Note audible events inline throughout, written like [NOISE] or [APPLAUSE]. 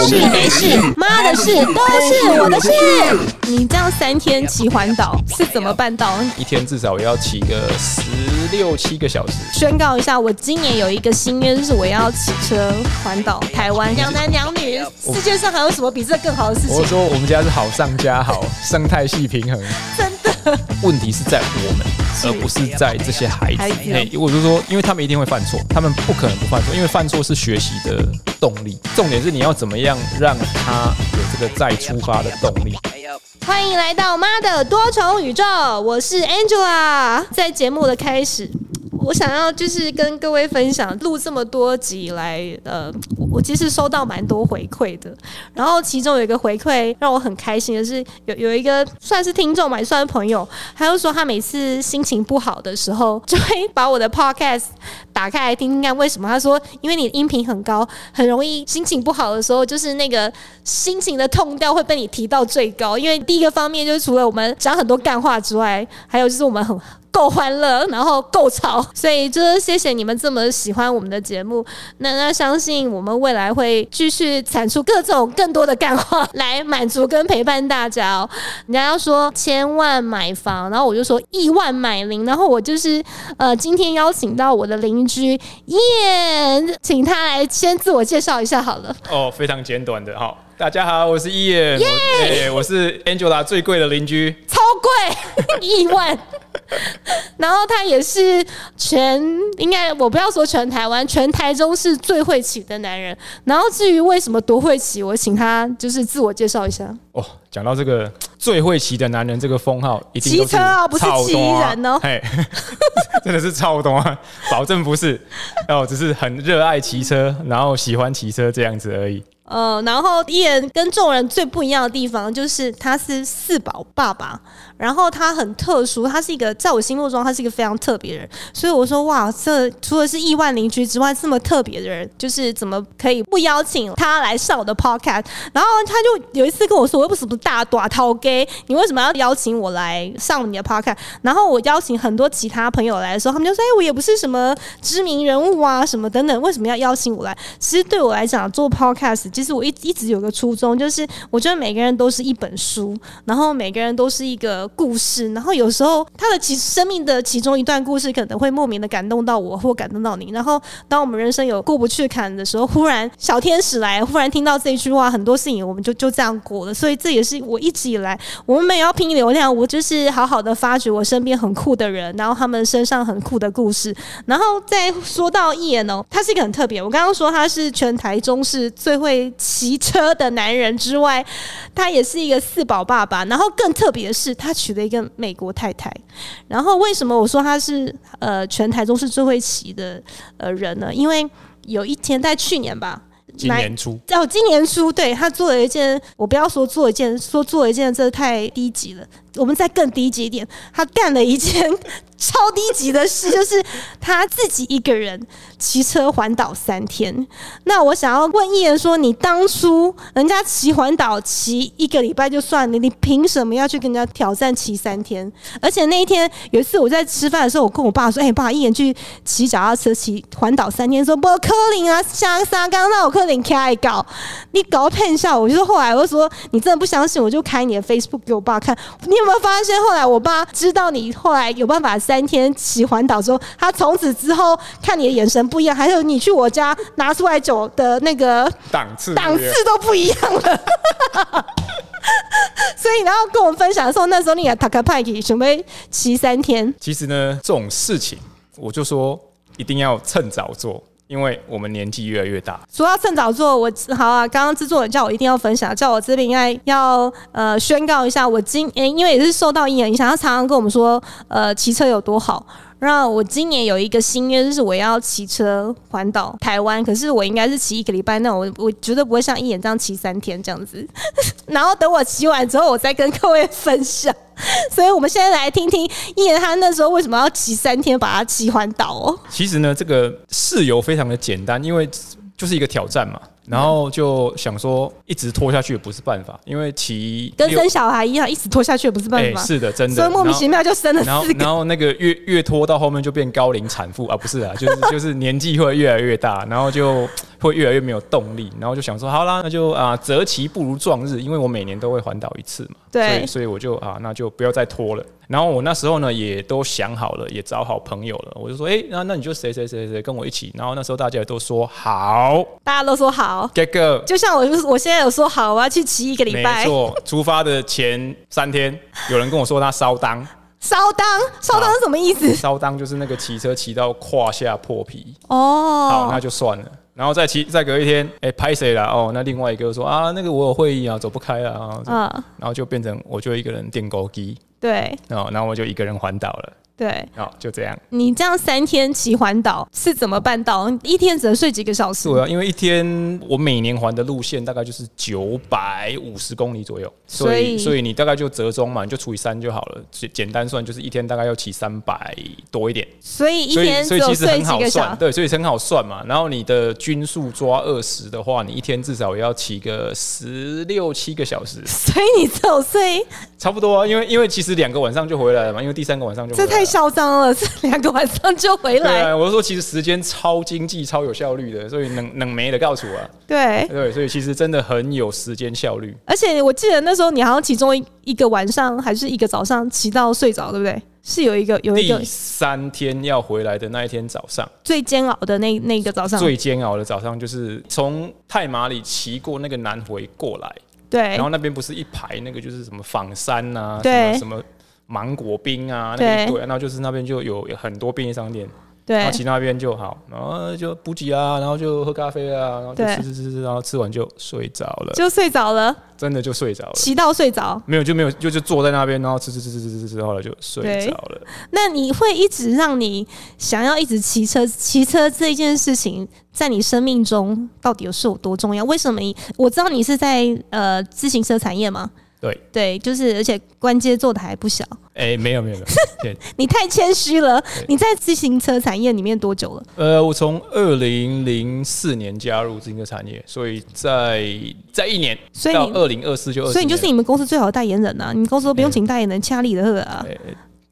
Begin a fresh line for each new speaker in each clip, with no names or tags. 事没事，妈的事都是我的事。你这样三天骑环岛是怎么办到？
一天至少也要骑个十六七个小时。
宣告一下，我今年有一个心愿，就是我要骑车环岛台湾，两男两女。世界上还有什么比这更好的事情
我？说我们家是好上加
[LAUGHS]
好，生态系平衡。
真的，
问题是在我们，而不是在这些孩子
啊孩子。哦
哎，我就说，因为他们一定会犯错，他们不可能不犯错，因为犯错是学习的动力。重点是你要怎么样让他有这个再出发的动力。
欢迎来到妈的多重宇宙，我是 Angela。在节目的开始，我想要就是跟各位分享，录这么多集以来，呃，我我其实收到蛮多回馈的。然后其中有一个回馈让我很开心的是，有有一个算是听众嘛，也算是朋友，他就说他每次心情不好的时候，就会把我的 podcast 打开来听听看为什么。他说，因为你的音频很高，很容易心情不好的时候，就是那个心情的痛调会被你提到最高。因为第一个方面就是除了我们讲很多干话之外，还有就是我们很够欢乐，然后够吵，所以就是谢谢你们这么喜欢我们的节目。那那相信我们未来会继续产出各种更多的干话来满足跟陪伴大家哦。人家要说千万买房，然后我就说亿万买邻，然后我就是呃今天邀请到我的邻居耶请他来先自我介绍一下好了。
哦，非常简短的哈。大家好，我是伊眼，我哎我是 Angela 最贵的邻居。
超贵，一万。然后他也是全应该我不要说全台湾，全台中是最会骑的男人。然后至于为什么多会骑，我请他就是自我介绍一下。
哦，讲到这个最会骑的男人这个封号，一定都
骑车哦不是
操
骑
蛋
人哦
啊嘿， [LAUGHS] 真的是超多啊，保证不是，哦，只是很热爱骑车，然后喜欢骑车这样子而已。
呃，然后伊人跟众人最不一样的地方就是他是四宝爸爸，然后他很特殊，他是一个在我心目中他是一个非常特别的人，所以我说哇，这除了是亿万邻居之外，这么特别的人，就是怎么可以不邀请他来上我的 podcast？然后他就有一次跟我说，我又不是什么大短头 gay，你为什么要邀请我来上你的 podcast？然后我邀请很多其他朋友来的时候，他们就说，哎、我也不是什么知名人物啊，什么等等，为什么要邀请我来？其实对我来讲，做 podcast，其实我一一直有个初衷，就是我觉得每个人都是一本书，然后每个人都是一个故事，然后有时候他的其生命的其中一段故事可能会莫名的感动到我，或感动到你。然后当我们人生有过不去坎的时候，忽然小天使来，忽然听到这一句话，很多事情我们就就这样过了。所以这也是我一直以来，我们没有要拼流量，我就是好好的发掘我身边很酷的人，然后他们身上很酷的故事，然后再说到一言哦，他是一个很特别。我刚刚说他是全台中市最会骑车的男人之外，他也是一个四宝爸爸。然后更特别的是，他娶了一个美国太太。然后为什么我说他是呃全台中市最会骑的呃人呢？因为有一天在去年吧，
今年初，
哦，今年初对他做了一件，我不要说做一件，说做一件，这太低级了。我们再更低级一点，他干了一件 [LAUGHS] 超低级的事，就是他自己一个人骑车环岛三天。那我想要问艺人说，你当初人家骑环岛骑一个礼拜就算了，你凭什么要去跟人家挑战骑三天？而且那一天有一次我在吃饭的时候，我跟我爸说：“哎、爸，一人去骑脚踏车骑环岛三天，说不柯林啊，像沙冈那我柯林开搞，你搞骗一下我。”就是后来我就说：“你真的不相信，我就开你的 Facebook 给我爸看。”你有没有发现，后来我爸知道你后来有办法三天骑环岛之后，他从此之后看你的眼神不一样，还有你去我家拿出来酒的那个
档次
档
对不对
次都不一样了。 [LAUGHS] 所以，然后跟我们分享的时候，那时候你也塔克派给准备骑三天，
其实呢，这种事情我就说一定要趁早做，因为我们年纪越来越大，
说要趁早做，我好啊！刚刚制作人叫我一定要分享，叫我这边应该要呃宣告一下，我今、诶因为也是受到伊人影响，他常常跟我们说，呃，骑车有多好。那我今年有一个心愿，就是我要骑车环岛台湾，可是我应该是骑一个礼拜，那我我绝对不会像一眼这样骑三天这样子。 [LAUGHS] 然后等我骑完之后，我再跟各位分享。所以我们现在来听听一言他那时候为什么要骑三天把它骑环岛哦。
其实呢，这个事由非常的简单，因为就是一个挑战嘛。然后就想说一直拖下去也不是办法，因为其
跟
六
生小孩一样，一直拖下去也不是办
哎
法，
是的，真的，
所以莫名
然后
其妙就生 [LAUGHS] 了
然后
四，个。
然后那个越越拖到后面就变高龄产妇啊，不是啊，就是
[LAUGHS]
就是年纪会越来越大，然后就会越来越没有动力，然后就想说，好啦，那就啊，择其不如撞日，因为我每年都会环岛一次嘛，所以
对，
所以我就啊，那就不要再拖了。然后我那时候呢，也都想好了，也找好朋友了，我就说，哎、那那你就谁谁谁谁跟我一起。然后那时候大家也都说好，
大家都说好，
哥哥，
就像我就是我现在有说好，我要去骑一个礼
没
拜，
错，出发的前三天，有人跟我说他烧裆，
烧当烧当是什么意思？
烧裆就是那个骑车骑到胯下破皮，好，那
哦，
就算了。然后再骑再隔一天，哎、拍谁啦？哦，那另外一个说啊，那个我有会议啊，走不开了啊，
嗯，
然后就变成我就一个人电狗机，
对
哦，然后我就一个人环岛了，
对，
哦，就这样。
你这样三天骑环岛是怎么办到？一天只能睡几个小时？
对啊，因为一天我每年环的路线大概就是九百五十公里左右，所以
所以
所以你大概就折中嘛，你就除以三就好了，简简单算就是一天大概要骑三百多一点，
所以一
所以
天
所
只
以
有
其实
睡
很
几
好
个小
算，
时？
对，所以很好算嘛。然后你的均速抓二十的话，你一天至少也要骑个十六七个小时，
所以你只有睡，
差不多啊。因为因为其实两个晚上就回来了嘛，因为第三个晚上就回
这
来
太
了
嚣张了， [LAUGHS] 这两个晚上就回
啊对
来。
啊，我是说其实时间超经济、超有效率的，所以能能没的告诉我、啊，
对，
对，所以其实真的很有时间效率。
而且我记得那时候你好像其中一一个晚上还是一个早上骑到睡着，对不对？是有一个有一个
第三天要回来的那一天早上，
最煎熬的那那个早上，
最煎熬的早上就是从太马里骑过那个南回过来，
对
然后那边不是一排那个就是什么仿山啊，什
对
么什么芒果冰啊，那个一
对
堆，然后就是那边就有有很多便利商店，然后
对
骑到那边就好，然后就补给啊，然后就喝咖啡啊，然后就
对
吃吃吃吃，然后吃完就睡着了，
就睡着了，
真的就睡着了。
骑到睡着。
没有就没有，就就坐在那边，然后吃吃吃吃吃吃吃，后来就睡
对
着了。
那你会一直让你想要一直骑车，骑车这件事情在你生命中到底有是有多重要？为什么你我知道你是在呃自行车产业嘛？
对
对，就是而且关阶做的还不小，
哎、没有没有 [LAUGHS] 没有，对
你太谦虚了
对。
你在自行车产业里面多久了？
呃，我从二零零四年加入自行车产业，所以在在一年
所以
到
你
二零二四就二，
所以你就是你们公司最好的代言人呐、啊，你们公司都不用请代言人，掐你的喝啊！
哎、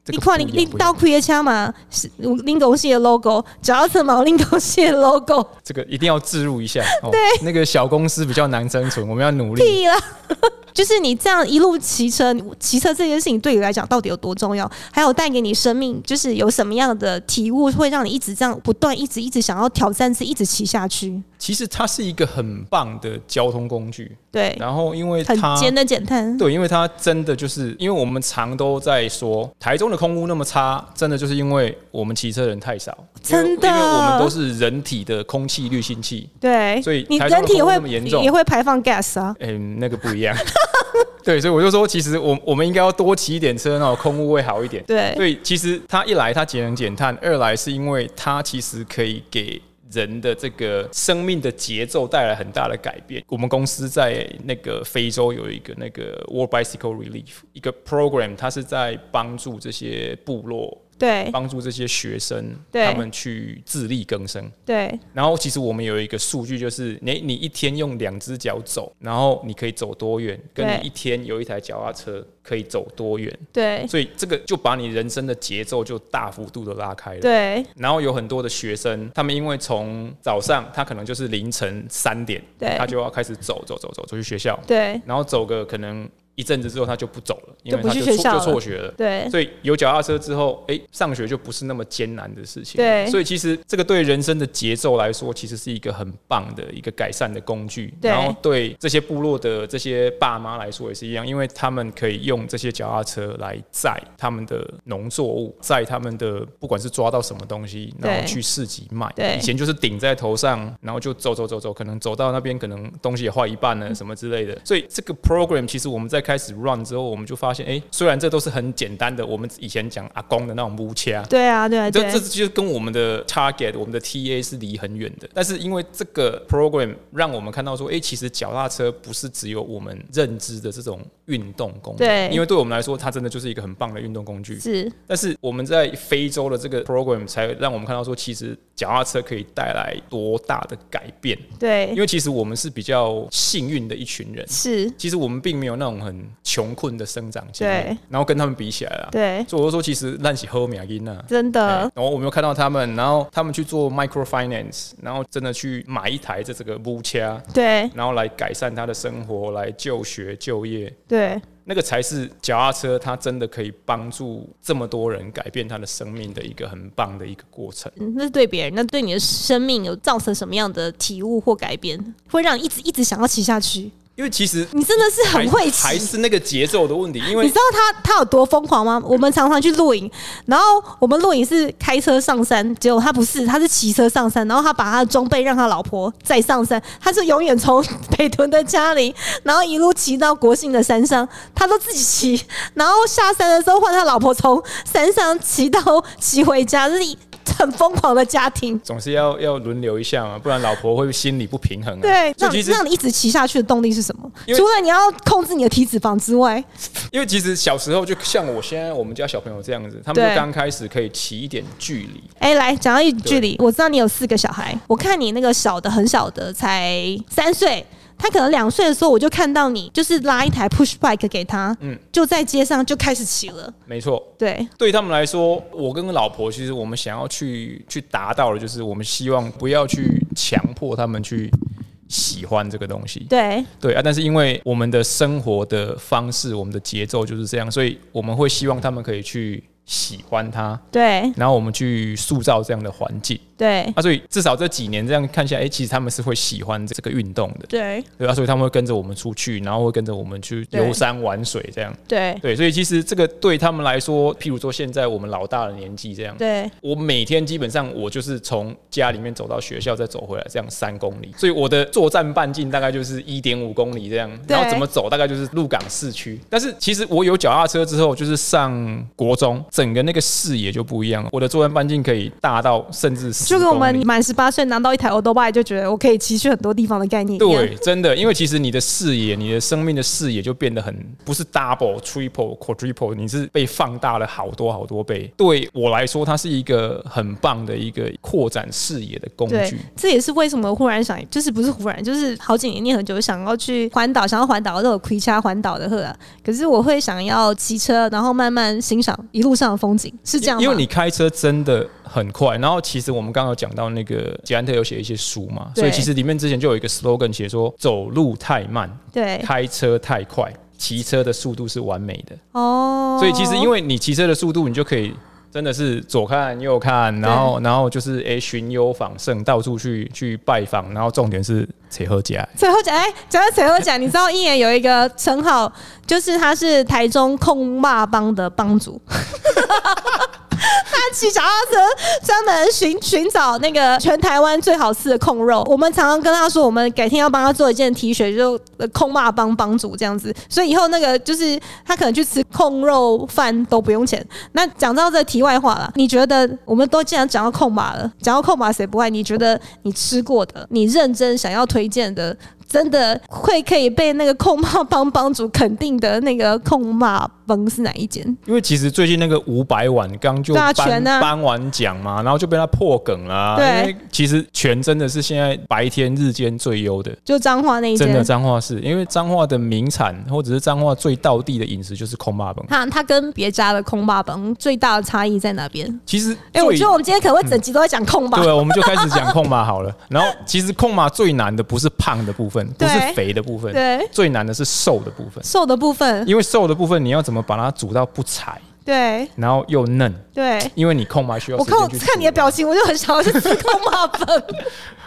这
你
个
看你
不一样
你
不一样
到开的车嘛，是有林狗系的 logo，脚踏车嘛有林狗 [LAUGHS] 系的 logo，
这个一定要置入一
[LAUGHS]
下。哦、对，那个小公司比较难生存，我们要努力。
屁啦！ [LAUGHS] 就是你这样一路骑车，你骑车这件事情对你来讲到底有多重要？还有带给你生命，就是有什么样的体悟，会让你一直这样不断、一直一直想要挑战，是一直骑下去？
其实它是一个很棒的交通工具，
对，
然后因为
很
它。
简单简单，
对，因为它真的就是，因为我们常都在说台中的空污那么差，真的就是因为我们骑车人太少，因为
真的
因为我们都是人体的空气滤清器，
对，
所以
你
台中
人
的
体
空污
会
那么严重
也会排放 gas 啊，
嗯，那个不一
[LAUGHS]
样。对，所以我就说，其实我我们应该要多骑一点车，然后空污会好一点。
对
所以其实它一来它节能减碳，二来是因为它其实可以给。人的这个生命的节奏带来很大的改变。我们公司在那个非洲有一个那个 World Bicycle Relief 一个 program，它是在帮助这些部落、
对
帮助这些学生，
对
他们去自力更生。
对
然后其实我们有一个数据，就是你你一天用两只脚走，然后你可以走多远，跟
对
你一天有一台脚踏车可以走多远，
[LAUGHS] 对
所以这个就把你人生的节奏就大幅度的拉开了。
对
然后有很多的学生，他们因为从早上他可能就是凌晨三点，
对
他就要开始走走走走走去学校，
对
然后走个可能一阵子之后他就不走了，因
就
为
不
他
去
就
学
辍
校
就
了
辍学了。
对
所以有脚踏车之后，哎、上学就不是那么艰难的事情。
对
所以其实这个对人生的节奏来说，其实是一个很棒的一个改善的工具。
对
然后对这些部落的这些爸妈来说也是一样，因为他们可以用这些脚踏车来载他们的农作物，载他们的不管是抓到什么东西，
对
然后去市集卖。
对
以前就是顶在头上，然后就
嗯
走走走走，可能走到那边，可能东西也坏一半了什么之类的。所以这个 program 其实我们在开始 run 之后，我们就发现，哎、虽然这都是很简单的，我们以前讲阿公的那种木掐，
对啊，对啊，
这这
对，
就是跟我们的 target、我们的 TA 是离很远的。但是因为这个 program 让我们看到说，诶，其实脚踏车不是只有我们认知的这种运动工具，
对
因为对我们来说，它真的就是一个很棒的运动工具。
是
但是我们在非洲的这个 program 才让我们看到说，其实脚踏车可以带来多大的改变。
对
因，为其实我们是比较幸运的一群人，
是，
其实我们并没有那种很穷困的生长经
对
验，然后跟他们比起来啊，
对，
所以我就说其实烂起喝米亚因啊。
真
哎
的，
然后我们又看到他们，然后他们去做 microfinance，然后真的去买一台这这个木卡，
对
然后来改善他的生活，来就学就业，
对
那个才是脚踏车，它真的可以帮助这么多人改变他的生命的一个很棒的一个过程。
嗯那是对别人，那对你的生命有造成什么样的体悟或改变，会让你一直一直想要骑下去？
因为其实
你真的是很
还
会骑，
还是那个节奏的问题，因
你
为
知道他他有多疯狂吗？我们常常去露营，然后我们露营是开车上山，结果他不是，他是骑车上山，然后他把他的装备让他老婆再上山，他是永远从北屯的家里，然后一路骑到国信的山上，他都自己骑，然后下山的时候换他老婆从山上骑到骑回家，这是一很疯狂的家庭。
总是要要轮流一下嘛，不然老婆会心里不平衡、啊。
对，
所以
让
其
你
实
让你一直骑下去的动力是什么？
因为
除了你要控制你的体脂肪之外，
因为其实小时候就像我现在我们家小朋友这样子，他们
对
就刚开始可以骑一点距离，
哎、来讲到一距离，我知道你有四个小孩，我看你那个小的很小的才三岁。他可能两岁的时候，我就看到你就是拉一台 push bike 给他，嗯
嗯，
就在街上就开始骑了。
没错。
对，
对他们来说，我跟老婆其实我们想要去去达到的，就是我们希望不要去强迫他们去喜欢这个东西。
对，
对啊，但是因为我们的生活的方式，我们的节奏就是这样，所以我们会希望他们可以去喜欢它，
对，
然后我们去塑造这样的环境
对，
啊。所以至少这几年这样看下来，诶，其实他们是会喜欢这个运动的，
对，
对啊，所以他们会跟着我们出去，然后会跟着我们去
对
游山玩水这样。
对，
对，所以其实这个对他们来说，譬如说现在我们老大的年纪这样，
对，
我每天基本上我就是从家里面走到学校，再走回来，这样三公里。所以我的作战半径大概就是一点五公里这样，
对
然后怎么走大概就是鹿港市区。但是其实我有脚踏车之后，就是上国中，整个那个视野就不一样了。我的作战半径可以大到甚至10
就跟我们
公里
满十八岁拿到一台 o l d bike 就觉得我可以骑去很多地方的概念一样。
对，真的，因为其实你的视野，你的生命的视野就变得很不是 double、triple、quadruple，你是被放大了好多好多倍。对我来说，它是一个很棒的一个扩展视野的工
对
具。，
这也是为什么忽然想，就是不是忽然，就是好几年念很久想要去环岛，想要环岛，都有盔掐环岛的喝啊。可是我会想要骑车，然后慢慢欣赏一路上的风景，是这样吗？
因为你开车真的很快，然后其实我们刚刚有讲到那个捷安特有写一些书嘛，
对
所以其实里面之前就有一个 slogan 写说走路太慢，
对
开车太快，骑车的速度是完美的。
哦，
所以其实因为你骑车的速度，你就可以真的是左看右看，然后然后就是诶寻幽访胜，到处去去拜访，然后重点是谁喝家。
最后讲，哎，讲到最后讲，你知道一言有一个称号，就是他是台中控霸帮的帮主。他骑脚踏车专门寻寻找那个全台湾最好吃的控肉。我们常常跟他说，我们改天要帮他做一件 T 恤，就呃控霸帮帮主这样子。所以以后那个就是他可能去吃控肉饭都不用钱。那讲到这题外话了，你觉得我们都既然讲到控霸了，讲到控霸谁不爱？你觉得你吃过的，你认真想要推荐的，真的会可以被那个控霸帮帮主肯定的那个控霸帮是哪一间？
因为其实最近那个五百碗刚就
对啊
颁
全啊
颁完奖嘛，然后就被他破梗了啊、
对
因为其实全真的是现在白天日间最优的，
就彰化那一
真的
间。
彰化是，因为彰化的名产或者是彰化最道地的饮食就是空霸本。
它它跟别家的控霸帮最大的差异在哪边？
其实
哎、我
最
觉得我们今天可能会整集都在讲控霸。
嗯对，啊我们就开始讲控马好了。然后其实控马最难的不是胖的部分，不是
对
肥的部分，
对，
最难的是瘦的部分，
瘦的部分，
因为瘦的部分你要怎么把它煮到不柴，
对
然后又嫩，
对。
因
因
为你控嘛需要
我
时间
看我
去煮 [LAUGHS]
看你的表情，我就很想要去吃控霸帮，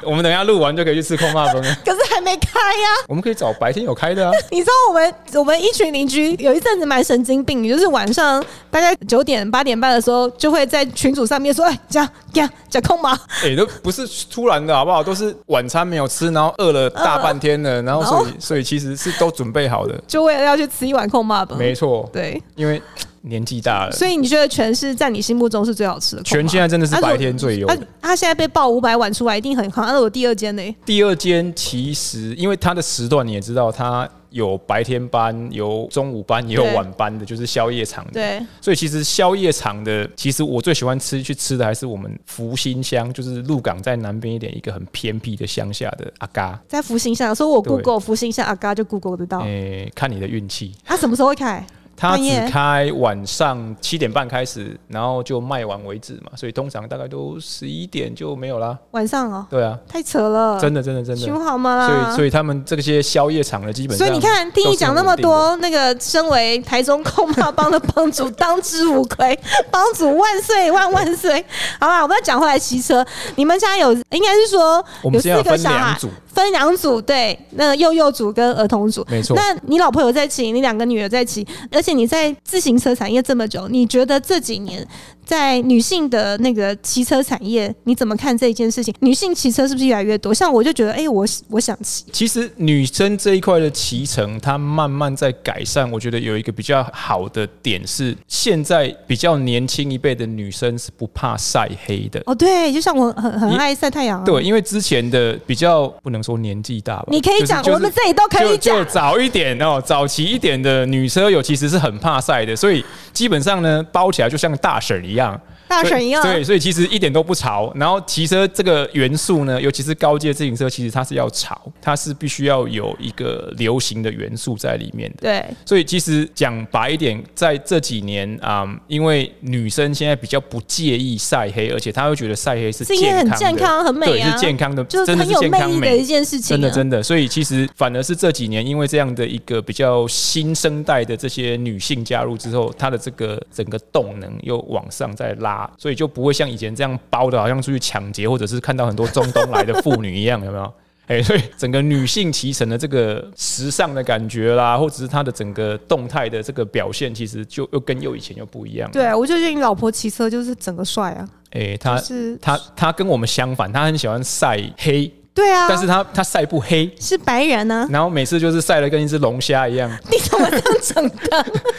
我们等一下录完就可以去吃控嘛，不是
可是还还没开呀、
我们可以找白天有开的啊。
你知道我们我们一群邻居有一阵子蛮神经病，就是晚上大概九点八点半的时候，就会在群组上面说：“哎，这样这样讲空吗？
哎、都不是突然的好不好？都是晚餐没有吃，然后饿了大半天了，然后所
哦
以所以其实是都准备好的，
就为了要去吃一碗空吗吧？”
没错，
对，
因为年纪大了，
所以你觉得全是在你心目中是最好吃的控啊吗？
全现在真的是白天最优
他
的。
他现在被爆五百碗出来，一定很好。那我第二间呢？
第二间其实因为它的时段你也知道，它有白天班、有中午班、也有
对
晚班的，就是宵夜场的。
对，
所以其实宵夜场的，其实我最喜欢吃去吃的还是我们福兴乡，就是鹿港在南边一点一个很偏僻的乡下的阿嘎。
在福星巷，所以我
对哎
Google 福星巷阿嘎就 Google 得到。
诶、看你的运气。
他什么时候会开？
它
半
只
夜
开晚上七点半开始，然后就卖完为止嘛，所以通常大概都十一点就没有啦。
晚上哦，
对啊，
太扯了，
真的真的真的。
循环吗
所
啦？
以所以他们这些宵夜场的基本上，
嗯所以你看，听你讲那么，多，那个身为台中控骂帮的帮主，当之无愧，帮主万岁万万岁！好啊吧，我们要讲回来骑车，你们家有应该是说
我
有
们
四
现在有
个
分
小孩
两，组，
分两组，对，那个幼幼组跟儿童组。
没错。
那你老婆有在骑，你两个女儿在骑，而且你在自行车产业这么久，你觉得这几年在女性的那个骑车产业，你怎么看这一件事情？女性骑车是不是越来越多？像我就觉得，哎、我我想骑，
其实女生这一块的骑乘，它慢慢在改善。我觉得有一个比较好的点是，现在比较年轻一辈的女生是不怕晒黑的。
哦，对，就像我很很
你
爱晒太阳、啊，，
对，因为之前的比较不能说年纪大吧，
你可以讲，
就是
我们这里都可
就
以
就
讲。
早一点哦，早期一点的女车友其实是很怕晒的，所以基本上呢，包起来就像大婶一样，
大婶一样
对，对所以其实一点都不潮。然后骑车这个元素呢，尤其是高阶自行车，其实它是要潮，它是必须要有一个流行的元素在里面的。
对，
所以其实讲白一点，在这几年啊、嗯因为女生现在比较不介意晒黑，而且她会觉得晒黑是
是因为
健
很
康的，
健康很美
对，
啊
是健康的，
就是
真的
很
是
有
健
魅
康
力的一件事情、啊，
真的真的，所以其实反而是这几年因为这样的一个比较新生代的这些女性加入之后，她的这个整个动能又往上再拉，所以就不会像以前这样包的，好像出去抢劫或者是看到很多中东来的妇女一样，有没有？ [LAUGHS] 哎、所以整个女性骑乘的这个时尚的感觉啦，或者是她的整个动态的这个表现，其实就又跟又以前又不一样。，
对，我就觉得你老婆骑车就是整个帅啊，
哎、她
就是
她她跟我们相反，她很喜欢晒黑，
对啊，
但是嗯她她晒不黑，
是白人 [LAUGHS] 呢、
然后每次就是晒得跟一只龙虾一样，
你怎么这样整的？
[LAUGHS]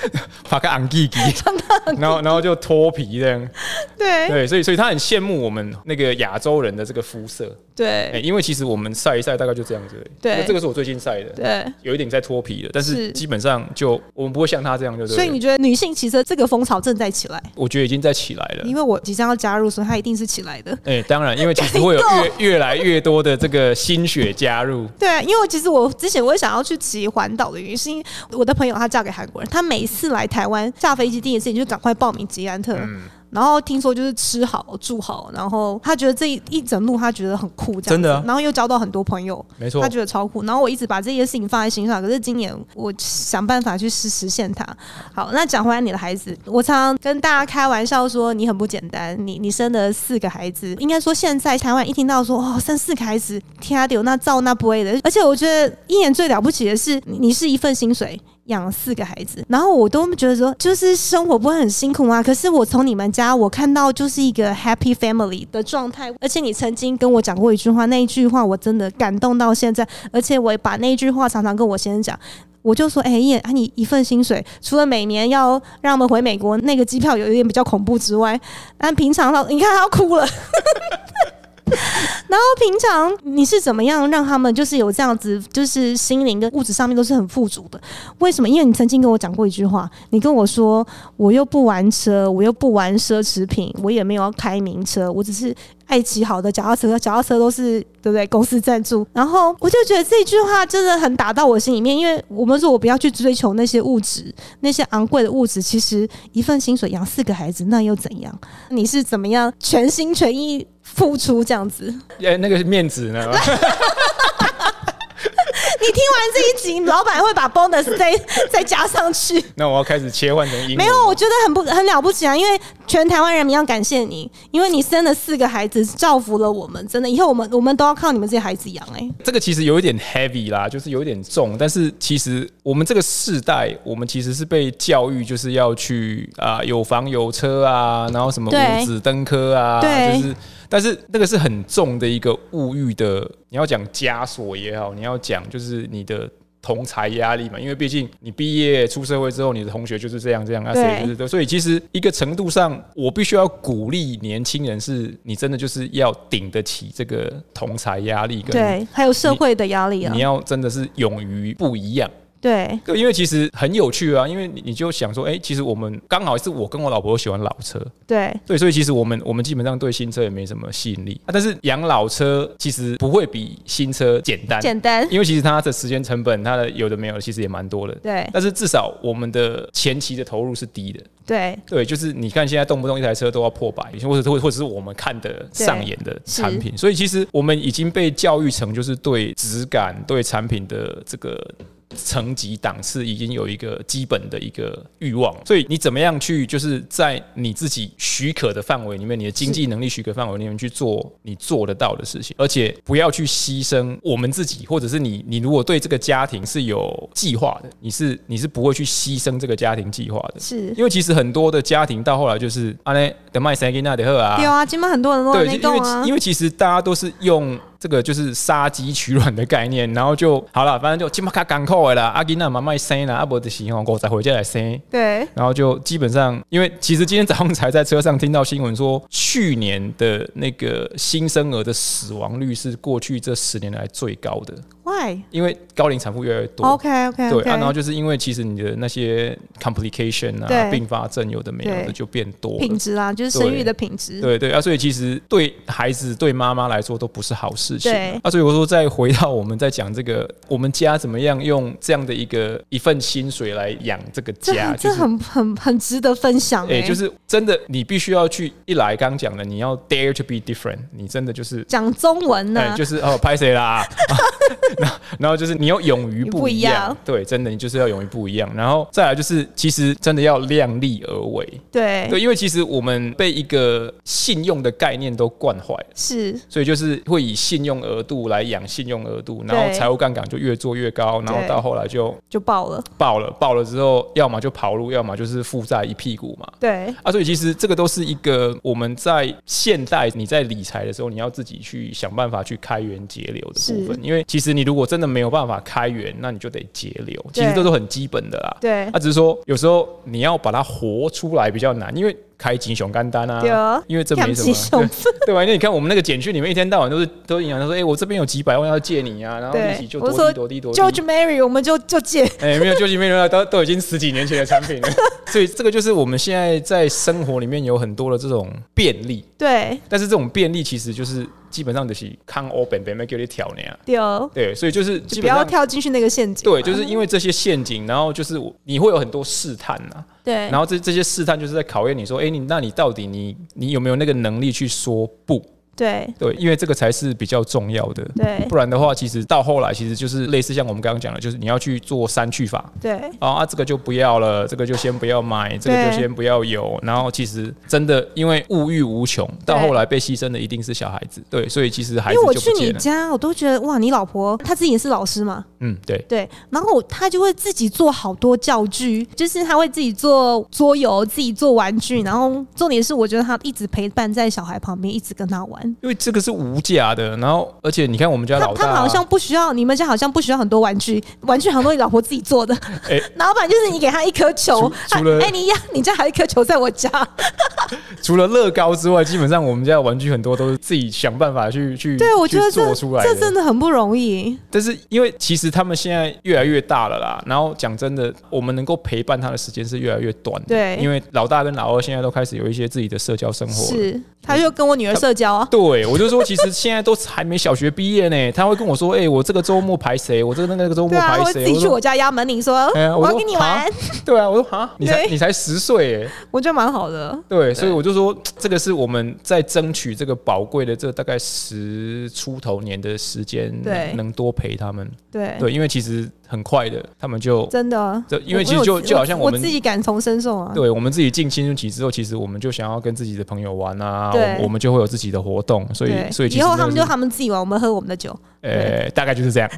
把个昂叽
[LAUGHS]
叽，然后然后就脱皮这样。
对
对，所以所以他很羡慕我们那个亚洲人的这个肤色，哎、
对
因为其实我们晒一晒大概就这样子而已。
对
就这个是我最近晒的，
对，
有一点在脱皮了，但是
是
基本上就我们不会像他这样，就对了。
所以你觉得女性骑车这个风潮正在起来？
我觉得已经在起来了。
因为我即将要加入，所以它一定是起来的。
哎、当然，因为其实
[LAUGHS]
会有越越来越多的这个新血加入，
对啊，因为其实我之前我想要去骑环岛的原因，是因为我的朋友她嫁给韩国人，她每次来台湾下飞机第一件事情就赶快报名捷安特。
嗯
然后听说就是吃好住好，然后她觉得这一一整路她觉得很酷，这样子
真的啊嗯
然后又交到很多朋友，
没错
她。觉得超酷。然后我一直把这些事情放在心上，可是今年我想办法去实实现它。好，那讲回来你的孩子，我常常跟大家开玩笑说你很不简单，你你生了四个孩子，应该说现在台湾一听到说哦生四个孩子，天啊丢那造那不会的，而且我觉得一年最了不起的是你你是一份薪水。养四个孩子，然后我都觉得说，就是生活不会很辛苦啊吗？可是我从你们家我看到就是一个 happy family 的状态，而且你曾经跟我讲过一句话，那一句话我真的感动到现在，而且我也把那一句话常常跟我先生讲。我就说，哎、燕啊，你一份薪水，除了每年要让我们回美国那个机票有一点比较恐怖之外，但平常老，你看他要哭了。 [LAUGHS] 然后平常你是怎么样让他们就是有这样子，就是心灵跟物质上面都是很富足的？为什么？因为你曾经跟我讲过一句话，你跟我说，我又不玩车，我又不玩奢侈品，我也没有要开名车，我只是爱骑好的脚踏车，脚踏车都是对不对？公司赞助。然后我就觉得这句话真的很打到我心里面，因为我们说我不要去追求那些物质，那些昂贵的物质，其实一份薪水养四个孩子，那又怎样？你是怎么样全心全意付出这样子？
哎、那个面子呢？
你听完这一集，老板会把 bonus 再再加上去。
[LAUGHS] 那我要开始切换成英文。
没有，我觉得很不很了不起啊！因为全台湾人民要感谢你，因为你生了四个孩子，造福了我们。真的，以后我们我们都要靠你们这些孩子养哎、
这个其实有一点 heavy 啦，就是有一点重，但是其实我们这个世代，我们其实是被教育就是要去啊、有房有车啊，然后什么
对
五子登科啊，
对
就是，但是那个是很重的一个物欲的，你要讲枷锁也好，你要讲就是你的。同才压力嘛，因为毕竟你毕业出社会之后，你的同学就是这样这样啊，
对
谁就是这，所以其实一个程度上，我必须要鼓励年轻人是，你真的就是要顶得起这个同才压力跟
对，还有社会的压力啊
你，要真的是勇于不一样。
对
对，因为其实很有趣啊，因为你你就想说，哎、其实我们刚好是我跟我老婆都喜欢老车，
对
对，所以其实我们我们基本上对新车也没什么吸引力。啊、但是养老车其实不会比新车简单，
简单，
因为其实它的时间成本，它的有的没有的，其实也蛮多的。
对
但是至少我们的前期的投入是低的，
对
对，就是你看现在动不动一台车都要破百，或者或或者是我们看的上眼的产品，所以其实我们已经被教育成就是对质感、对产品的这个。层级档次已经有一个基本的一个欲望，所以你怎么样去，就是在你自己许可的范围里面，你的经济能力许可范围里面去做你做得到的事情，而且不要去牺牲我们自己，或者是你，你如果对这个家庭是有计划的，你是你是不会去牺牲这个家庭计划的，
是。
因为其实很多的家庭到后来就是啊嘞，等卖三给那得喝
对
啊，
啊，今晚很多人都在
对，
那
因
栋
为
啊
其因，为其实大家都是用这个就是杀鸡取卵的概念，然后就好了，反正就起码卡港口的啦，啊阿吉那妈卖生啦，阿啊伯的喜欢我再回家来生。
对
然后就基本上，因为其实今天早上才在车上听到新闻说，去年的那个新生儿的死亡率是过去这十年来最高的，
，Why？OK
因为高龄产妇越来越多。
OK
对啊，然后
OK，
就是因为其实你的那些 complication 啊、
对
并发症有的没有的
对
就变多
品
了。
质啊，就是生育的品质，
对对啊，所以其实对孩子、对妈妈来说都不是好事情
对
啊。啊所以我说，再回到我们在讲这个，我们家怎么样用这样的一个一份薪水来养这个
这
家，
很这很很很值得分享
哎、
哎，
就是真的，你必须要去一来刚讲的，你要 dare to be different，你真的就是
讲中文
哎、
呢，
就是哦，拍谁
[LAUGHS]
啦？然后然后就是你要勇于不一样，
不一样
对，真的你就是要勇于不一样。然后再来就是，其实真的要量力而为，
对
对，因为其实我们被一个信用的概念都惯坏了。
是，
所以就是会以信用额度来养信用额度，然后
对
财务杠杆就越做越高，然后
对
到后来就
就爆了，
爆了，爆了之后，要么就跑路，要么就是负债一屁股嘛。
对
啊，所以其实这个都是一个我们在现代你在理财的时候，你要自己去想办法去开源节流的部分
是，
因为其实你如果真的没有办法开源，那你就得节流，其实
对
这都很基本的啦。
对
啊，只是说有时候你要把它活出来比较难，因为开金熊干单
对
啊
啊，
因为这没什
看不起
么
熊，
对对吧？因为你看我们那个简讯里面一天到晚都是都影响他说，哎、我这边有几百万要借你啊，然后利息
对
就，多
我
低
说
多低多低。
George Mary，我们就就借，
哎、没有救济面料，都都已经十几年前的产品了， [LAUGHS] 所以这个就是我们现在在生活里面有很多的这种便利，
对
但是这种便利其实就是基本上就是看 open 被 m a 你挑那样，
对哦，
对，所以就是基本
就不要
上
跳进去那个陷阱嘛，
对，就是因为这些陷阱，然后就是我你会有很多试探呐、
对
然后这这些试探就是在考验你说，哎、你那你到底你你有没有那个能力去说不？
对
对，因为这个才是比较重要的。
对
不然的话，其实到后来其实就是类似像我们刚刚讲的，就是你要去做删去法，
对
哦啊，这个就不要了，这个就先不要买，这个就先不要有。然后其实真的，因为物欲无穷，到后来被牺牲的一定是小孩子，对，所以其实孩
因
子
为我
就
去
不
你
见了。
家，我都觉得哇，你老婆她自己也是老师嘛，
嗯，对，
对，然后她就会自己做好多教具，就是她会自己做桌游，自己做玩具，然后重点是我觉得她一直陪伴在小孩旁边，一直跟他玩。
因为这个是无价的。然后，而且你看我们家
他
老
他
大、啊
们好像不需要，你们家好像不需要很多玩具，玩具好像都你老婆自己做的。
哎
[LAUGHS] 老板就是你给他一颗球
除，
他
除了
哎、你呀，你家还有一颗球在我家，
除了乐高之外，基本上我们家的玩具很多都是自己想办法去去
对我觉得
去做
这
出来
这真的很不容易。
但是因为其实他们现在越来越大了啦，然后讲真的，我们能够陪伴他的时间是越来越短的。
对
因为老大跟老二现在都开始有一些自己的社交生活了。
是，他就跟我女儿社交啊，
对，我就说其实现在都还没小学毕业呢，他会跟我说，哎、我这个周末排谁，我这个那个周末
对啊，
排
我自
谁，
己去
说
我家压门铃说，
哎呀
我要
说
跟你玩
哈，对啊，我说哈，你才
对
你才十岁耶，
我觉得蛮好的。
对，所以我就说这个是我们在争取这个宝贵的这大概十出头年的时间，
对
能多陪他们，
对，
对，因为其实很快的，他们就
真的
这，因为
我
其实
我
就
有
就好像
我
我们
自己感同身受啊。
对我们自己进青春期之后，其实我们就想要跟自己的朋友玩啊，
对
我我们就会有自己的活动，所以
对
所以其
以
实
后
那
他们
是
就他们自己玩，我们喝我们的酒。
呃大概就是这样，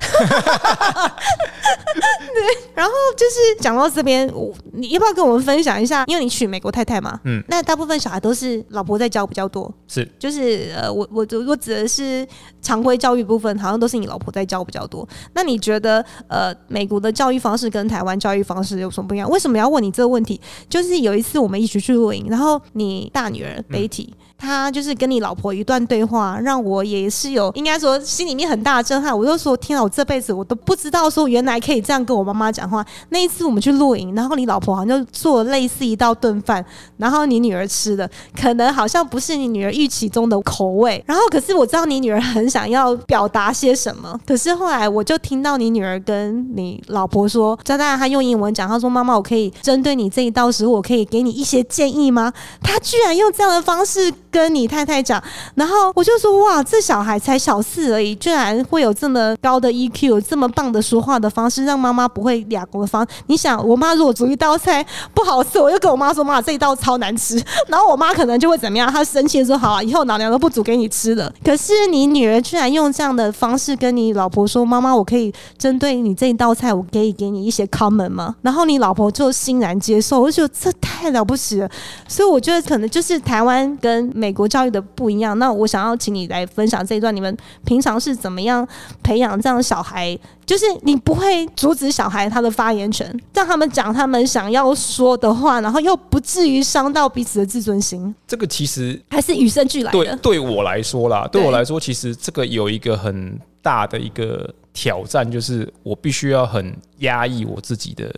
然后就是讲到这边，我你要不要跟我们分享一下？因为你娶美国太太嘛，
嗯
那大部分小孩都是老婆在教比较多，
是
就是呃，我我我指的是常规教育部分，好像都是你老婆在教比较多。那你觉得呃，美国的教育方式跟台湾教育方式有什么不一样？为什么要问你这个问题？就是有一次我们一起去露营，然后你大女儿 Betty、她就是跟你老婆一段对话，让我也是有应该说心里面很大的震撼。我就说天啊，我这辈子我都不知道说原来可以这样跟我妈妈讲话。那一次我们去露营，然后你老婆好像就做了类似一道炖饭，然后你女儿吃的，可能好像不是你女儿预期中的口味。然后可是我知道你女儿很想要表达些什么，可是后来我就听到你女儿跟你老婆说，张大她用英文讲，她说：“妈妈，我可以针对你这一道食物，我可以给你一些建议吗？”她居然用这样的方式跟你太太讲，然后我就说：“哇，这小孩才小四而已，居然会有这么高的 EQ，这么棒的说话的方式，让妈妈不会俩国方。你想，我妈如果煮一道菜不好吃，我就跟我妈说：‘妈，这一道超难吃。’然后我妈可能就会怎么样？她生气地说：‘好啊，以后老娘都不煮给你吃了。’可是你女儿居然用这样的方式跟你老婆说：‘妈妈，我可以针对你这一道菜，我可以给你一些 comment 吗？’然后你老婆就欣然接受，我就觉得这太了不起了。所以我觉得可能就是台湾跟美国教育的不一样。那我想要请你来分享这一段，你们平常是怎么样培养这样的小孩？就是你不会阻止小孩他的发言权，让他们讲他们想要说的话，然后又不至于伤到彼此的自尊心，
这个其实
还是与生俱来
对
的。
对我来说啦，对
对
我来说，其实这个有一个很大的一个挑战，就是我必须要很压抑我自己的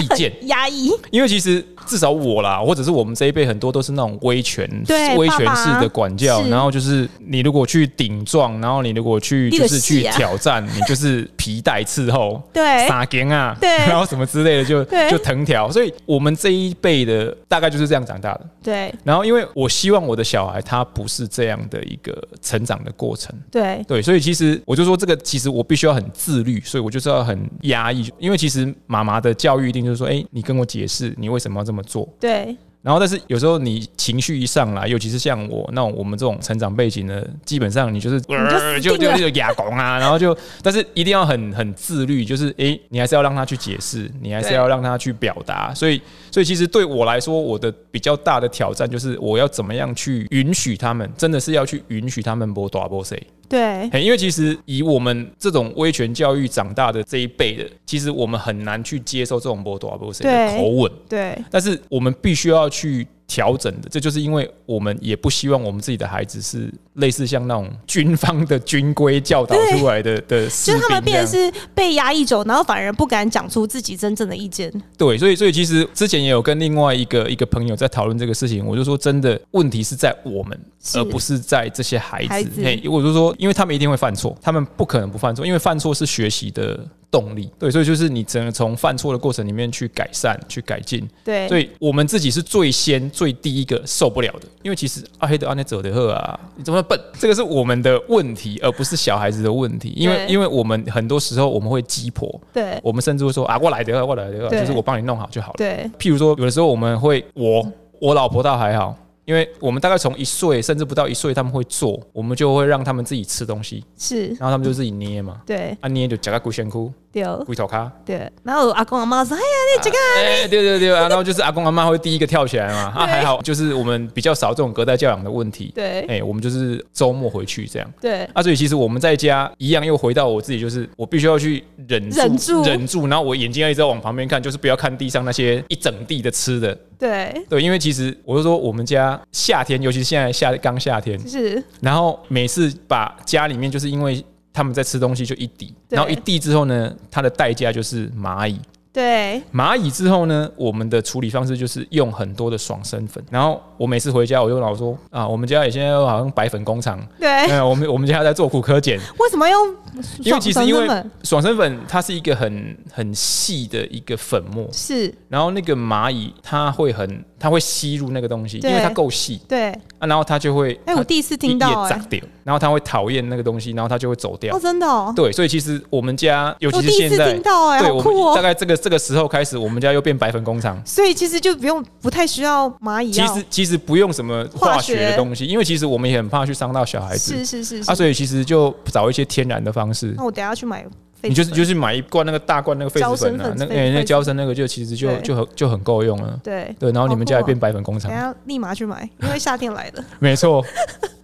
意见。 [LAUGHS]
压抑，
因为其实至少我啦，或者是我们这一辈很多都是那种威权
对、
威
爸
权
爸
式的管教，
是
然后就是你如果去顶撞，然后你如果去
你
就
就是
去
死啊
挑
[LAUGHS]
战，你就是皮带伺候，
对
撒干啊，
对
然后什么之类的就
对
就藤条，所以我们这一辈的大概就是这样长大的。
对
然后因为我希望我的小孩他不是这样的一个成长的过程，
对
对，所以其实我就说这个，其实我必须要很自律，所以我就是要很压抑，因为其实妈妈的教育一定就是说，哎、你跟我解释你为什么要这么做。
对
然后，但是有时候你情绪一上来，尤其是像我那种我们这种成长背景的，基本上你就是
你就
就
死定
就
了
就哑拱啊，然后就但是一定要很很自律，就是诶、你还是要让他去解释，你还是
对
要让他去表达。所以，所以其实对我来说，我的比较大的挑战就是我要怎么样去允许他们，真的是要去允许他们不打不 say。
对
嘿因为其实以我们这种威权教育长大的这一辈的，其实我们很难去接受这种波多波谁的
对
口吻，
对
但是我们必须要去调整的，这就是因为我们也不希望我们自己的孩子是类似像那种军方的军规教导出来的的士
就是他们
兵这
变
样
成。是被压抑久，然后反而不敢讲出自己真正的意见。
对，所以所以其实之前也有跟另外一个一个朋友在讨论这个事情，我就说真的问题是在我们，
是
而不是在这些孩子。
孩子
嘿，我就说，因为他们一定会犯错，他们不可能不犯错，因为犯错是学习的动力。对，所以就是你只能从犯错的过程里面去改善、去改进。
对
所以我们自己是最先、最第一个受不了的，因为其实阿黑的阿内走的赫啊，你怎么笨？这个是我们的问题，而不是小孩子的问题。因为
对
因为我们很多时候我们会鸡婆，
对
我们甚至会说啊，我来的，我来的，
对
就是我帮你弄好就好了。
对
譬如说，有的时候我们会，我我老婆倒还好，因为我们大概从一岁甚至不到一岁，他们会做，我们就会让他们自己吃东西，
是，
然后他们就自己捏嘛，
对
啊捏就夹个龟仙窟、
对。
龟头咖，
对，然后我阿公阿妈说：“哎呀，
这个哎，对对对啊，然后就是阿公阿妈会第一个跳起来嘛，啊
对
还好，就是我们比较少这种隔代教养的问题，
对
哎，我们就是周末回去这样。
对
啊，所以其实我们在家一样，又回到我自己，就是我必须要去忍住，
忍住
忍住，然后我眼睛要一直要往旁边看，就是不要看地上那些一整地的吃的，
对，
对，因为其实我就说我们家夏天，尤其是现在夏刚夏天，
就是
然后每次把家里面就是因为他们在吃东西就一滴，
对
然后一滴之后呢，它的代价就是蚂蚁。
对，
蚂蚁之后呢，我们的处理方式就是用很多的爽身粉。然后我每次回家，我就老说啊，我们家也现在好像白粉工厂，
对，
嗯，我们我们家在做骨科碱，
为什么要用
因为其实
爽
因
爽
为
身粉
爽身粉它是一个很很细的一个粉末，
是
然后那个蚂蚁它会很它会吸入那个东西，因
对
为它够细
对？
啊，然后它就会
哎，我第一次听到
一夜
哎
炸，掉，然后它会讨厌那个东西，然后它就会走掉
哦，。真的哦，
对，所以其实我们家，尤
我
其是
第一
现
次
在
听，到哎，
对
好
我
酷
们大
哦。
概这个这个时候开始，我们家又变白粉工厂。
所以其实就不用不太需要蚂蚁
其
药
实，其实不用什么化学的东西，因为其实我们也很怕去伤到小孩子
是是是
啊，
是。
所以其实就找一些天然的方式。
那我等一下去买痱子粉，
你就是就是买一罐那个大罐那个痱子粉
胶
啊，
身粉
那个
痱
哎那
痱子
胶身那个就其实就
对哦
就很就很够用了。
对，
对，然后你们家也变白粉工
等
厂
一，下立马去买，因为夏天来了。
没错。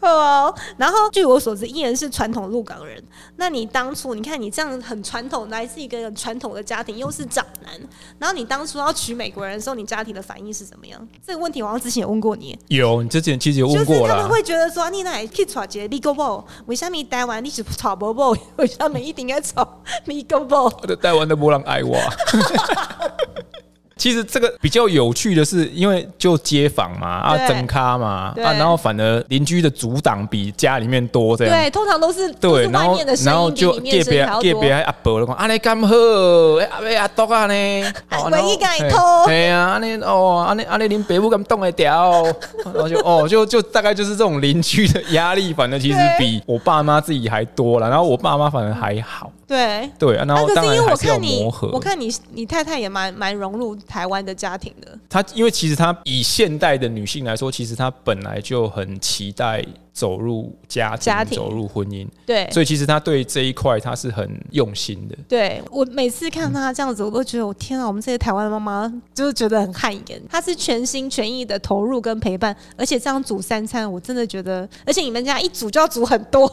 哦，然后据我所知，伊人是传统鹿港人。那你当初，你看你这样很传统，来自一个很传统的家庭，又是长男，然后你当初要娶美国人的时候，你家庭的反应是怎么样？这个问题我好像之前也问过你，
有，你之前其实有问
就是
过
他们
啦。
会觉得说，你哪里去娶一个美国某，为什么台湾你是娶某某，为什么一定要娶美国某？
我的台湾的波浪爱我。 [LAUGHS] 其实这个比较有趣的是，因为就街坊嘛，啊，
对
整咖嘛，
对
啊，然后反而邻居的阻挡比家里面多这样。
对，通常都是都
啊对，
是
然
外
后
面的
然
声
后
音比
就
里面的声音还要
隔壁
多。
的阿伯就讲，安尼咁好，哎阿伯阿叔啊
[LAUGHS]
呢，哦
唯一敢偷
嘿嘿啊，安尼哦，安尼安尼恁爸母咁冻会掉， [LAUGHS] 然后就哦就就大概就是这种邻居的压力，反正其实比我爸妈自己还多了，然后我爸妈反而还好，
对，
对，啊然
啊，
后
可
当
是因
然
为
还
我
是要
看你
磨，合
我。看你，你太太也蛮蛮融入台湾的家庭的。
她因为其实她以现代的女性来说，其实她本来就很期待走入家庭，
家庭
走入婚姻，
对
所以其实她对这一块她是很用心的。
对我每次看她这样子，我都觉得我天啊，我们这些台湾的妈妈就是觉得很汗颜。她是全心全意的投入跟陪伴，而且这样煮三餐，我真的觉得，而且你们家一煮就要煮很多，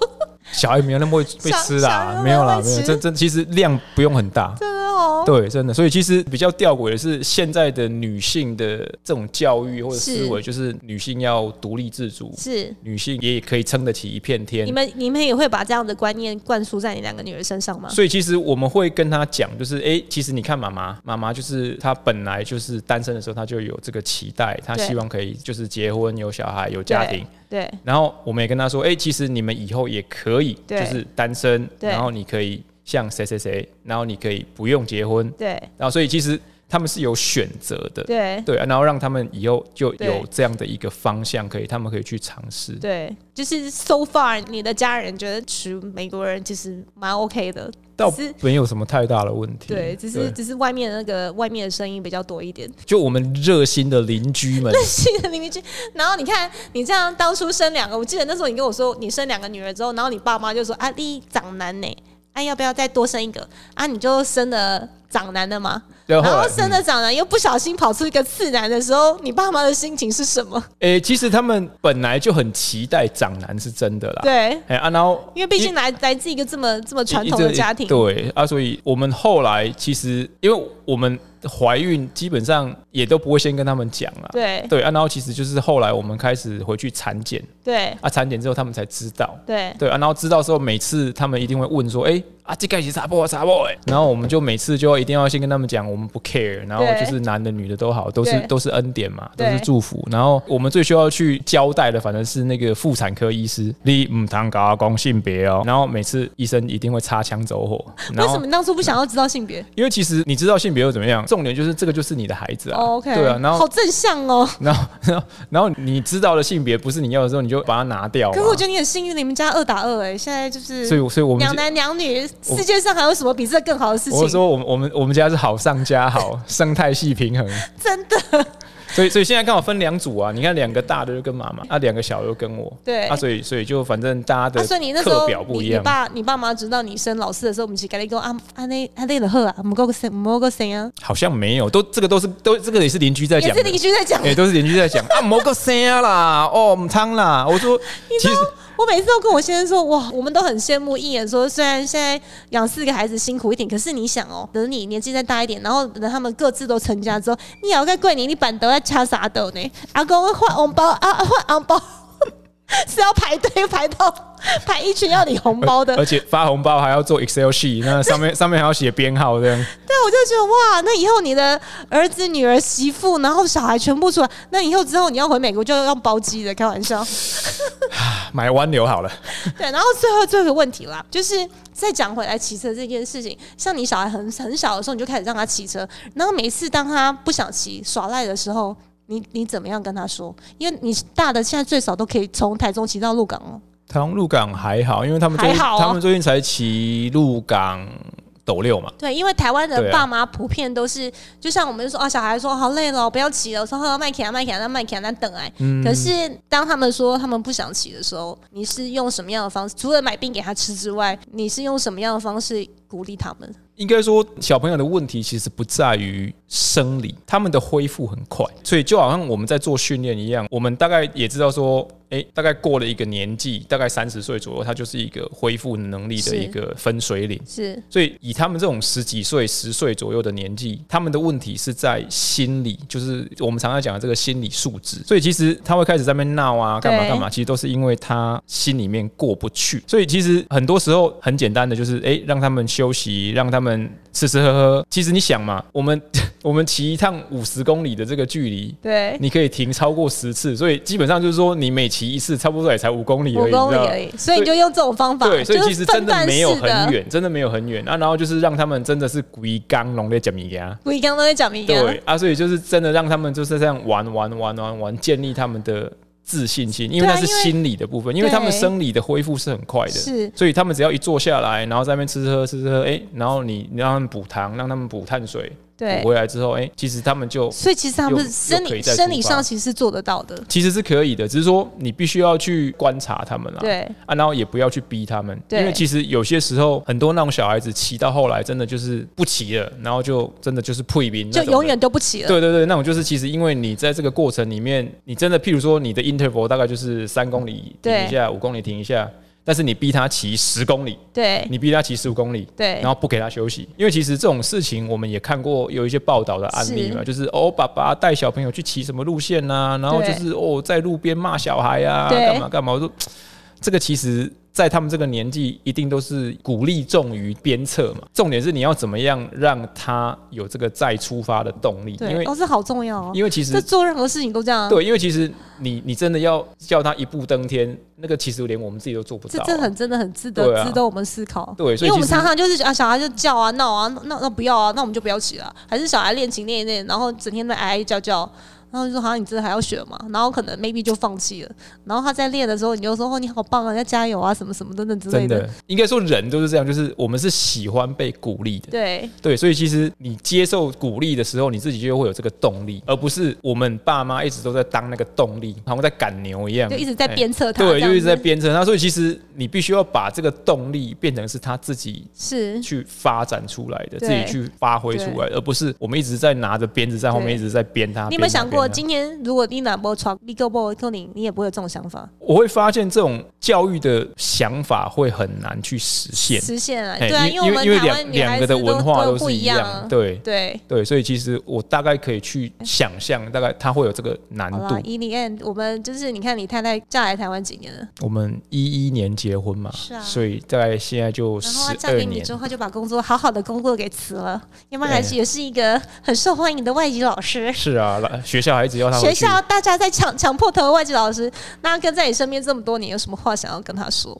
小孩没有那么会被吃
小小孩
啦，
会
没有啦，
被
没有，
吃
真真其实量不用很大。
真的哦。
对，真的，所以其实比较吊诡的是，现在的女性的这种教育或者
是
思维，就是女性要独立自主，
是
女性也可以撑得起一片天
你。们你们也会把这样的观念灌输在你两个女儿身上吗？
所以其实我们会跟她讲，就是哎、诶其实你看妈妈，妈妈就是她本来就是单身的时候，她就有这个期待，她
对
希望可以就是结婚、有小孩、有家庭。
对
然后我们也跟他说，哎、其实你们以后也可以，就
对
是单身，
对
然后你可以像谁谁谁，然后你可以不用结婚，
对
然后所以其实他们是有选择的，
对
对啊，然后让他们以后就
对
有这样的一个方向，可以他们可以去尝试。
对，就是 so far，你的家人觉得娶美国人其实蛮 OK 的，
倒
只是
没有什么太大的问题，
对，只是只是外面那个外面的声音比较多一点。
就我们热心的邻居们，
[LAUGHS] 新的邻居，然后你看你这样当初生两个，我记得那时候你跟我说你生两个女儿之后，然后你爸妈就说啊，你长男呢、啊要不要再多生一个啊？你就生了长男的嘛，
然
然
后后
后
来
生了长男又不小心跑出一个次男的时候，你爸妈的心情是什
[LAUGHS]
么？
诶、其实他们本来就很期待长男是真的啦，
对，
哎、啊，然后
因为毕竟来来自一个这么这么传统的家庭，
对啊，所以我们后来其实，因为我们怀孕基本上也都不会先跟他们讲啦。
对
对啊，然后其实就是后来我们开始回去产检
对
啊，产检之后他们才知道。
对
对啊，然后知道之后，每次他们一定会问说：“哎、啊，这个是啥波啥波？”哎， [LAUGHS] 然后我们就每次就一定要先跟他们讲，我们不 care，然后
对
就是男的女的都好，都是
对
都是恩典嘛，都
对
是祝福。然后我们最需要去交代的，反正是那个妇产科医师，你唔堂搞光性别哦。然后每次医生一定会擦枪走火，然
为什
后
么你当初不想要知道性别、
因为其实你知道性别又怎么样？重点就是这个就是你的孩子啊
o k
对啊，然后
好。正向哦。
然后， [LAUGHS] 然后，然后你知道的性别不是你要的时候，你就把它拿掉嘛。
可是我觉得你很幸运，你们家二打二哎、现在就是
所以，所以我们
两男两女，世界上还有什么比这更好的
[LAUGHS]
事
我
情？
说我们我们我们家是好上加好， [LAUGHS] 生态系平衡，
真的，
所以所以现在刚好分两组啊，你看两个大的就跟妈妈，啊两个小的就跟我，
对
啊所以所以就反正大家
啊、所以你
的
那时候
课表，不
你
一
你
样，
爸你爸妈知道你生老四的时候，我们是跟你讲啊啊那啊那的好啊，我们个生我们个生啊，
好像没有，都这个都是都这个也是邻居在
也
讲
是
的，
邻居在讲。
哎、都是邻居在讲啊某个生啊啦，哦母汤啦，我
[LAUGHS]
说其实
我每次都跟我先生说，哇，我们都很羡慕一眼说，虽然现在养四个孩子辛苦一点，可是你想哦，等你年纪再大一点，然后等他们各自都成家之后，啊你也要在桂林你板凳在掐啥斗呢？阿公会换红包啊，换红包。 [LAUGHS] 是要排队排到排一群要领红包的
而。且发红包还要做 Excel sheet，那上面上面还要写编号这样。
对，我就觉得哇，那以后你的儿子、女儿、媳妇，然后小孩全部出来，那以后之后你要回美国就要包机的，开玩笑。
买湾流好了，
对，然后最后最后一个问题啦，就是再讲回来骑车这件事情，像你小孩很很小的时候，你就开始让他骑车，然后每一次当他不想骑耍赖的时候，你你怎么样跟他说？因为你大的现在最少都可以从台中骑到鹿港哦。
台湾鹿港还好，因为他们最近、
还好哦
他们最近才骑鹿港斗六嘛，
对，因为台湾的
对啊
爸妈普遍都是，就像我们就说啊，小孩说好累了，不要骑了，我说好麦起来，麦起来，那麦起来，那等哎。
嗯
可是当他们说他们不想骑的时候，你是用什么样的方式？除了买冰给他吃之外，你是用什么样的方式鼓励他们？
应该说，小朋友的问题其实不在于生理，他们的恢复很快，所以就好像我们在做训练一样，我们大概也知道说，诶，大概过了一个年纪，大概三十岁左右，它就是一个恢复能力的
是
一个分水岭。
是
所以以他们这种十几岁、十岁左右的年纪，他们的问题是在心理，就是我们常常讲的这个心理素质。所以其实他会开始在那边闹啊，干嘛
对
干嘛，其实都是因为他心里面过不去。所以其实很多时候很简单的，就是诶，让他们休息，让他们吃吃喝喝。其实你想嘛，我们 [LAUGHS] 我们骑一趟五十公里的这个距离。
对，
你可以停超过十次，所以基本上就是说，你每骑一次，差不多也才五公里而
五
已，你
公里
知道
而已，所以你就用这种方法，
对，所以
就是
其实真的
分段
没有
式的
很，远，真的没有很远啊。然后就是让他们真的是龟缸龙的讲米给
不一样都在讲一样。
对啊，所以就是真的让他们就是这样玩玩玩玩玩，建立他们的自信心，因为
对啊
那是
因为
心理的部分，因为他们
对
生理的恢复是很快的。
是
所以他们只要一坐下来，然后在那边吃吃喝吃吃喝，哎、然后你你让他们补糖，让他们补碳水，
对
补，回来之后，哎、其实他们就
所以其实他们
又
生
又可
理
以再出
生理
发
上其实是做得到的。
其实是可以的，只是说你必须要去观察他们啦。
对，
啊，然后也不要去逼他们，
对
因为其实有些时候很多那种小孩子骑到后来真的就是不骑了，然后就真的就是退兵，
就永。远都不起了。
对对对，那种就是其实因为你在这个过程里面，你真的譬如说你的 interval 大概就是三公里停
对
一下，五公里停一下，但是你逼他骑十公里，
对
你逼他骑十五公里，
对
然后不给他休息，因为其实这种事情我们也看过有一些报道的案例嘛，就是哦，爸爸带小朋友去骑什么路线呐、然后就是哦，在路边骂小孩啊，
对
干嘛干嘛，我说这个其实。在他们这个年纪，一定都是鼓励重于鞭策嘛。重点是你要怎么样让他有这个再出发的动力，因
对，
为
哦，这好重要哦。
因为其实
这做任何事情都这样啊，
对，因为其实你你真的要叫他一步登天，那个其实连我们自己都做不
这
到啊。
这很真的很值
对
得
啊
值得我们思考。
对所以
因为我
其
们
实
常常就是啊，小孩就叫啊闹啊，那那不要啊，那我们就不要起了，还是小孩练琴练一练，然后整天在哀哀叫叫。然后就说：“好啊像你真的还要学嘛？”然后可能 maybe 就放弃了。然后他在练的时候，你就说：“哦，你好棒啊，要加油啊，什么什么等等之
真
类
的，应该说人都是这样，就是我们是喜欢被鼓励的。
对
对，所以其实你接受鼓励的时候，你自己就会有这个动力，而不是我们爸妈一直都在当那个动力，好像在赶牛一样，
就一直在
哎
鞭策他这
对，
样子。
就一直在鞭策他。所以其实你必须要把这个动力变成是他自己
是
去发展出来的，
对
自己去发挥出来的，而不是我们一直在拿着鞭子在后面
对
一直在鞭他。
你有
鞭他
没有想过，
鞭他
今天如果你哪波闯 big boy 扣你，你也不会有这种想法
我会发现这种教育的想法会很难去实现？
实现啊？
哎
对啊，
因
为我
因为因
们
为
台湾
两
女孩
两
子
个的文化
都不
是
一
样，
啊。
对
对，
对，所以其实我大概可以去想象，大概它会有这个难
好啊
度
啦，。伊林 n 我们就是你看你太太嫁来台湾几年了，
我们一一年结婚嘛，
是啊
所以大概现在就
然
十
后她嫁
二
给你
年哎
之。后，她就把工作好好的工作给辞了，要不然还
对
是也是一个很受欢迎的外籍老师。
是啊，来学校还一直要他回
学
去。
校大家在抢抢破头的外籍老师，那跟在你身边这么多年，有什么话想要跟他说？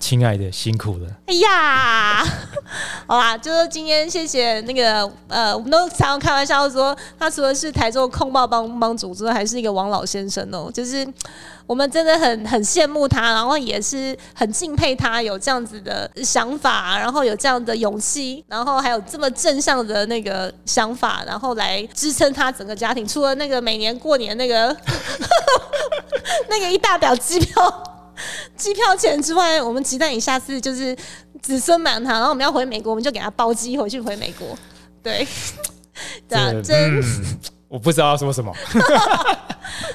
亲爱的，辛苦了。
哎呀， [LAUGHS] 好啦，就是今天谢谢那个呃，我们都常常开玩笑说，他除了是台中控报帮帮主之外，还是一个王老先生哦、就是我们真的很很羡慕他，然后也是很敬佩他有这样子的想法，然后有这样的勇气，然后还有这么正向的那个想法，然后来支撑他整个家庭。除了那个每年过年那个 [LAUGHS] 那个一大表机票。机票钱之外，我们期待你下次就是子孙满堂，然后我们要回美国，我们就给他包机回去回美国。对，对啊， [LAUGHS]
真的
真
嗯
[LAUGHS]
我不知道要说什么。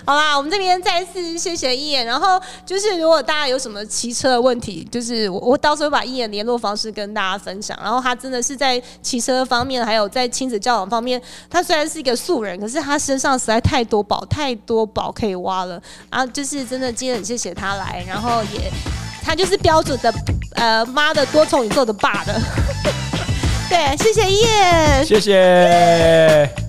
好啦，我们这边再次谢谢一眼。然后就是，如果大家有什么骑车的问题，就是我我到时候把一眼联络方式跟大家分享。然后他真的是在骑车方面，还有在亲子教养方面，他虽然是一个素人，可是他身上实在太多宝，太多宝可以挖了。然后就是真的，今天很谢谢他来，然后也他就是标准的呃妈的 [LAUGHS] 多重宇宙的爸的。对，谢谢一眼。
谢谢。